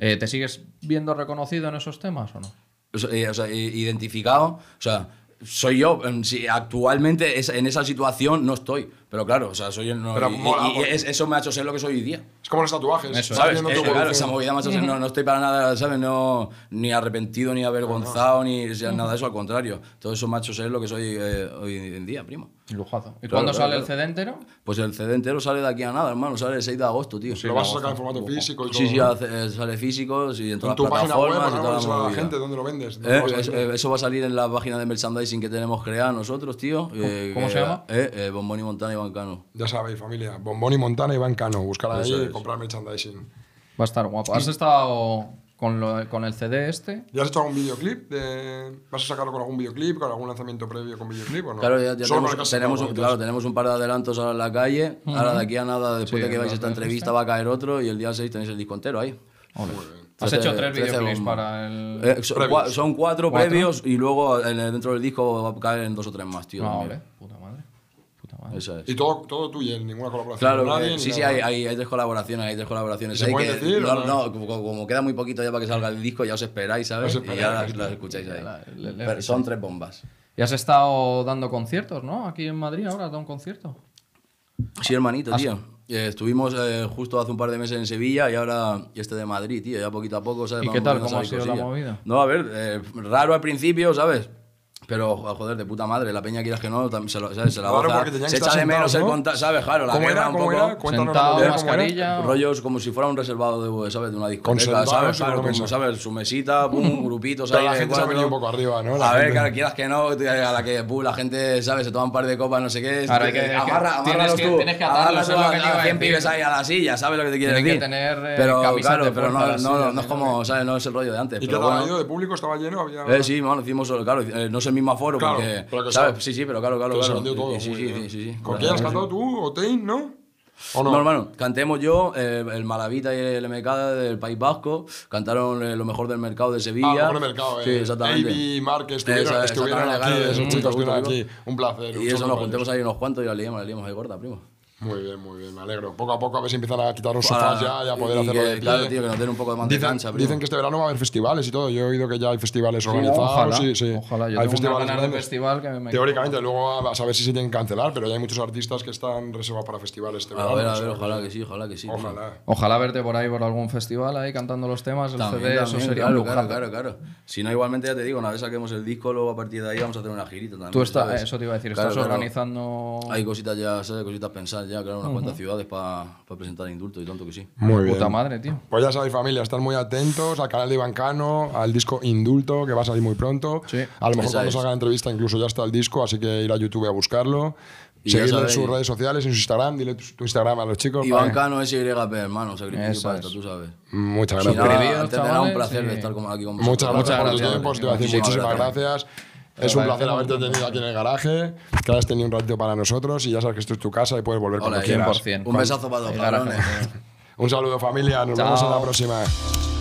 Speaker 3: Eh, ¿Te sigues viendo reconocido en esos temas o no?
Speaker 1: O sea, eh, o sea, i- identificado, o sea, soy yo. en sí, actualmente es- en esa situación no estoy, pero claro, o sea, soy el- no-
Speaker 2: Pero
Speaker 1: y- y-
Speaker 2: mola,
Speaker 1: y
Speaker 2: porque-
Speaker 1: es- eso me ha hecho ser lo que soy hoy día.
Speaker 2: Es como los tatuajes.
Speaker 3: Eso,
Speaker 2: vas
Speaker 1: ¿Sabes?
Speaker 2: viendo
Speaker 1: Eso,
Speaker 2: tu
Speaker 1: claro, esa
Speaker 2: evolución.
Speaker 1: movida más así, no, no estoy para nada, ¿sabes? No, ni arrepentido, ni avergonzado, ni o sea, nada de eso, al contrario. Todo eso me ha hecho ser lo que soy eh, hoy en día, primo.
Speaker 3: Lujazo. ¿Y
Speaker 1: Claro,
Speaker 3: cuándo
Speaker 1: claro,
Speaker 3: sale
Speaker 1: claro.
Speaker 3: el CD entero?
Speaker 1: Pues el CD entero sale de aquí a nada, hermano, sale el 6 de agosto, tío.
Speaker 2: Lo vas a sacar en formato físico y todo.
Speaker 1: Sí, sí, hace- eh, sale físico, sí, en
Speaker 2: En
Speaker 1: todas
Speaker 2: tu
Speaker 1: las
Speaker 2: página web,
Speaker 1: plataformas y
Speaker 2: ¿no?
Speaker 1: toda la
Speaker 2: ¿Dónde va la
Speaker 1: movida.
Speaker 2: gente? ¿Dónde lo vendes?
Speaker 1: Eh,
Speaker 2: ¿Dónde lo
Speaker 1: es-
Speaker 2: vas a vender?
Speaker 1: eh, eso va a salir en la página de merchandising que tenemos creada nosotros, tío. eh,
Speaker 3: cómo
Speaker 1: que-
Speaker 3: se llama?
Speaker 1: Eh, eh, Bombón y Montana y Bancano.
Speaker 2: Ya sabéis, familia. Bombón y Montana y Van Cano. Buscar ahí
Speaker 1: Eso
Speaker 2: y
Speaker 1: es.
Speaker 2: comprar merchandising.
Speaker 3: Va a estar guapo. ¿Has estado con, lo- con el CD este?
Speaker 2: ¿Ya has hecho algún videoclip? de- ¿Vas a sacarlo con algún videoclip? ¿Con algún lanzamiento previo con videoclip o no?
Speaker 1: Claro, ya, ya
Speaker 2: Solo con el que
Speaker 1: tenemos,
Speaker 2: has
Speaker 1: tenemos
Speaker 2: sacado,
Speaker 1: un, claro, tenemos un par de adelantos ahora en la calle. Ahora de aquí a nada, después de
Speaker 3: Sí,
Speaker 1: que veáis
Speaker 3: lo
Speaker 1: esta
Speaker 3: dijiste.
Speaker 1: entrevista, va a caer otro y el día 6 tenéis el disco entero ahí.
Speaker 3: Ole. Has
Speaker 1: Trece-
Speaker 3: hecho tres
Speaker 1: trece
Speaker 3: videoclips
Speaker 1: bombas.
Speaker 3: para el.
Speaker 1: mm, Eh, son,
Speaker 2: Previos.
Speaker 1: cua- son cuatro,
Speaker 3: ¿Cuatro?
Speaker 1: previos y luego en- dentro del disco va a caer en dos o tres más, tío.
Speaker 3: Ah,
Speaker 1: también.
Speaker 3: ole. Puta madre. Puta madre.
Speaker 1: Esa es.
Speaker 2: Y todo, todo tuyo, ninguna colaboración.
Speaker 1: Claro,
Speaker 2: con nadie,
Speaker 1: eh,
Speaker 2: ni
Speaker 1: sí, sí,
Speaker 2: nada.
Speaker 1: hay, hay, hay tres colaboraciones, hay tres colaboraciones.
Speaker 2: ¿Y se
Speaker 1: Hay
Speaker 2: pueden
Speaker 1: que-
Speaker 2: decir o
Speaker 1: no,
Speaker 2: no?
Speaker 1: no, como, como queda muy poquito ya para que salga el disco, ya os esperáis, ¿sabes?
Speaker 2: Os esperáis,
Speaker 1: y ya las,
Speaker 2: claro.
Speaker 1: las escucháis ahí.
Speaker 3: La- le- le-
Speaker 1: Pero son tres bombas.
Speaker 3: Y has estado dando conciertos, ¿no? Aquí en Madrid ahora da un concierto.
Speaker 1: Sí, hermanito, tío. Eh, estuvimos eh, justo hace un par de meses en Sevilla y ahora este de Madrid, tío. Ya poquito a poco, ¿sabes?
Speaker 3: ¿Y
Speaker 1: Vamos
Speaker 3: qué tal?
Speaker 1: poniendo
Speaker 3: ¿Cómo ha
Speaker 1: esas
Speaker 3: sido la
Speaker 1: cosillas.
Speaker 3: movida?
Speaker 1: No, a ver, eh, raro al principio, ¿sabes? Pero, jo- joder, de puta madre, la peña quieras que no, también se, lo, ¿sabes? se la
Speaker 2: Claro,
Speaker 1: goza.
Speaker 2: porque tenían que
Speaker 1: Se
Speaker 2: estar
Speaker 1: echa de menos
Speaker 2: sentados,
Speaker 1: el
Speaker 2: ¿no?
Speaker 1: contacto, ¿sabes? Claro, la
Speaker 2: ¿Cómo
Speaker 1: guerra
Speaker 2: era?
Speaker 1: un
Speaker 2: ¿Cómo
Speaker 1: poco.
Speaker 2: era? Cuéntanos la
Speaker 3: Sentado,
Speaker 2: movida, ¿cómo era?
Speaker 3: mascarilla. Ya.
Speaker 1: Rollos como si fuera un reservado de, ¿sabes? de una discoteca,
Speaker 2: sentados
Speaker 1: ¿sabes?
Speaker 2: en una
Speaker 1: Claro, como,
Speaker 2: mesa.
Speaker 1: ¿sabes? Su mesita, pum, grupitos
Speaker 2: Pero
Speaker 1: ahí.
Speaker 2: la
Speaker 1: de
Speaker 2: gente se ha
Speaker 1: cuatro.
Speaker 2: venido un poco arriba, ¿no? La
Speaker 1: A ver,
Speaker 2: gente-
Speaker 1: claro, quieras que no, tío, a la que puh, la gente, ¿sabes? Se toma un par de copas, no sé qué.
Speaker 3: Ahora hay que-
Speaker 1: eh, amarra,
Speaker 3: tienes
Speaker 1: amárralos
Speaker 3: que-
Speaker 1: tú.
Speaker 3: tienes que atarlos,
Speaker 1: Amarra
Speaker 3: es lo
Speaker 1: tú
Speaker 3: que
Speaker 1: a-
Speaker 3: te iba a
Speaker 1: a 100
Speaker 3: decir.
Speaker 1: pibes ahí a la silla, ¿sabes lo que te quiero
Speaker 3: Tienen que
Speaker 1: decir?
Speaker 3: tener, eh,
Speaker 1: pero
Speaker 3: camisas de
Speaker 1: claro, pero no,
Speaker 3: fuerza a las
Speaker 1: no,
Speaker 3: sillas,
Speaker 1: no es
Speaker 3: ¿no?
Speaker 1: como, ¿sabes? No es el rollo de antes.
Speaker 2: ¿Y qué
Speaker 1: pero
Speaker 2: tal
Speaker 1: bueno.
Speaker 2: ha ido de público? ¿Estaba lleno? Había...
Speaker 1: Eh, sí, bueno, hicimos, claro, eh, no es el mismo aforo
Speaker 2: Claro,
Speaker 1: porque,
Speaker 2: pero que
Speaker 1: ¿sabes?
Speaker 2: sea-
Speaker 1: Sí, sí, pero claro, claro,
Speaker 2: Pero se
Speaker 1: claro.
Speaker 2: vendió todo.
Speaker 1: Sí, sí,
Speaker 2: muy
Speaker 1: sí,
Speaker 2: bien.
Speaker 1: sí, sí, sí.
Speaker 2: ¿Con
Speaker 1: Claro,
Speaker 2: quién has
Speaker 1: sí.
Speaker 2: cantado tú? ¿Otein, no? ¿O
Speaker 1: No, hermano, cantemos yo, eh, el Malavita y el MK del País Vasco, cantaron eh, lo mejor del mercado de
Speaker 2: Ah,
Speaker 1: Sevilla.
Speaker 2: mejor el mercado, eh.
Speaker 1: Sí, exactamente.
Speaker 2: Avi, Marc, estuvieron,
Speaker 1: Esa-
Speaker 2: estuvieron
Speaker 1: exactamente,
Speaker 2: aquí,
Speaker 1: claro,
Speaker 2: esos
Speaker 1: mm,
Speaker 2: chicos
Speaker 1: justo,
Speaker 2: estuvieron aquí.
Speaker 1: digo.
Speaker 2: Un placer. un
Speaker 1: Y eso,
Speaker 2: saludo
Speaker 1: nos
Speaker 2: para
Speaker 1: juntemos
Speaker 2: ellos.
Speaker 1: ahí unos cuantos y la liamos, la liamos ahí gorda, primo.
Speaker 2: Muy bien, muy bien, me alegro. Poco a poco a ver si empiezan a quitar los
Speaker 1: Para-
Speaker 2: sofás Pues ya y a poder
Speaker 1: y
Speaker 2: hacerlo
Speaker 1: que,
Speaker 2: de pie.
Speaker 1: Claro, tío, que nos den un poco de más de
Speaker 2: Dicen,
Speaker 1: cancha, primo.
Speaker 2: dicen que este verano va a haber festivales y todo. Yo he oído que ya hay festivales organizados.
Speaker 3: ojalá,
Speaker 2: sí, sí.
Speaker 3: ojalá. Yo
Speaker 2: hay
Speaker 3: tengo unas ganas de
Speaker 2: grandes.
Speaker 3: festival que me...
Speaker 2: Teóricamente, luego a a saber si se tienen que cancelar, pero ya hay muchos artistas que están reservados para festivales este verano.
Speaker 1: A ver, a
Speaker 2: o sea,
Speaker 1: ver, ojalá que sí, ojalá que sí. tío.
Speaker 2: Ojalá.
Speaker 3: Ojalá verte por ahí por algún festival ahí cantando los temas, el
Speaker 1: También,
Speaker 3: CD, eso
Speaker 1: también,
Speaker 3: sería un
Speaker 1: claro,
Speaker 3: lujazo.
Speaker 1: claro, claro, claro. Si no, igualmente ya te digo, una vez saquemos el disco, luego a partir de ahí vamos a hacer una girita también.
Speaker 3: Tú estás,
Speaker 1: ¿sabes?
Speaker 3: eso te iba a decir,
Speaker 1: Claro,
Speaker 3: estás
Speaker 1: claro.
Speaker 3: organizando...
Speaker 1: Hay cositas ya, ¿sabes? Cositas pensar ya, claro, unas cuantas ciudades para presentar indulto y tanto que sí.
Speaker 2: Muy bien.
Speaker 3: Puta madre, tío.
Speaker 2: Pues ya sabéis, familia, estar muy atentos al canal de Ivancano, al disco Indulto, que va a salir muy pronto.
Speaker 3: Sí.
Speaker 2: A lo mejor
Speaker 1: Esa
Speaker 2: cuando
Speaker 1: es.
Speaker 2: salga la entrevista incluso ya está el disco, así que ir a YouTube a buscarlo.
Speaker 1: Y ya
Speaker 2: Seguirle en
Speaker 1: sabéis.
Speaker 2: sus redes sociales, en su Instagram, dile tu tu Instagram a los chicos.
Speaker 1: Iván
Speaker 2: vale.
Speaker 1: Cano es YP, hermano, sacrificio
Speaker 3: Eso
Speaker 1: para
Speaker 3: es.
Speaker 1: esto, tú sabes.
Speaker 2: Muchas
Speaker 1: Si
Speaker 2: gracias.
Speaker 1: nada,
Speaker 3: Suscribíos,
Speaker 1: antes de nada,
Speaker 3: chavales,
Speaker 1: un placer
Speaker 3: y-
Speaker 1: de estar con- aquí con vosotros.
Speaker 2: eh. Muchas gracias por tu
Speaker 3: gracias.
Speaker 2: tiempo, os te iba a decir
Speaker 1: Muchísimas
Speaker 2: muchísimas gracias. Es un placer haberte tenido aquí en el garaje, que hayas tenido un ratito para nosotros y ya sabes que esto es tu casa y puedes volver cuando
Speaker 1: Hola,
Speaker 2: quieras.
Speaker 3: 100%.
Speaker 1: Un besazo para los
Speaker 3: Ahí, garaje,
Speaker 1: cabrones.
Speaker 2: Un saludo familia, nos vemos en la
Speaker 3: Chao.
Speaker 2: próxima.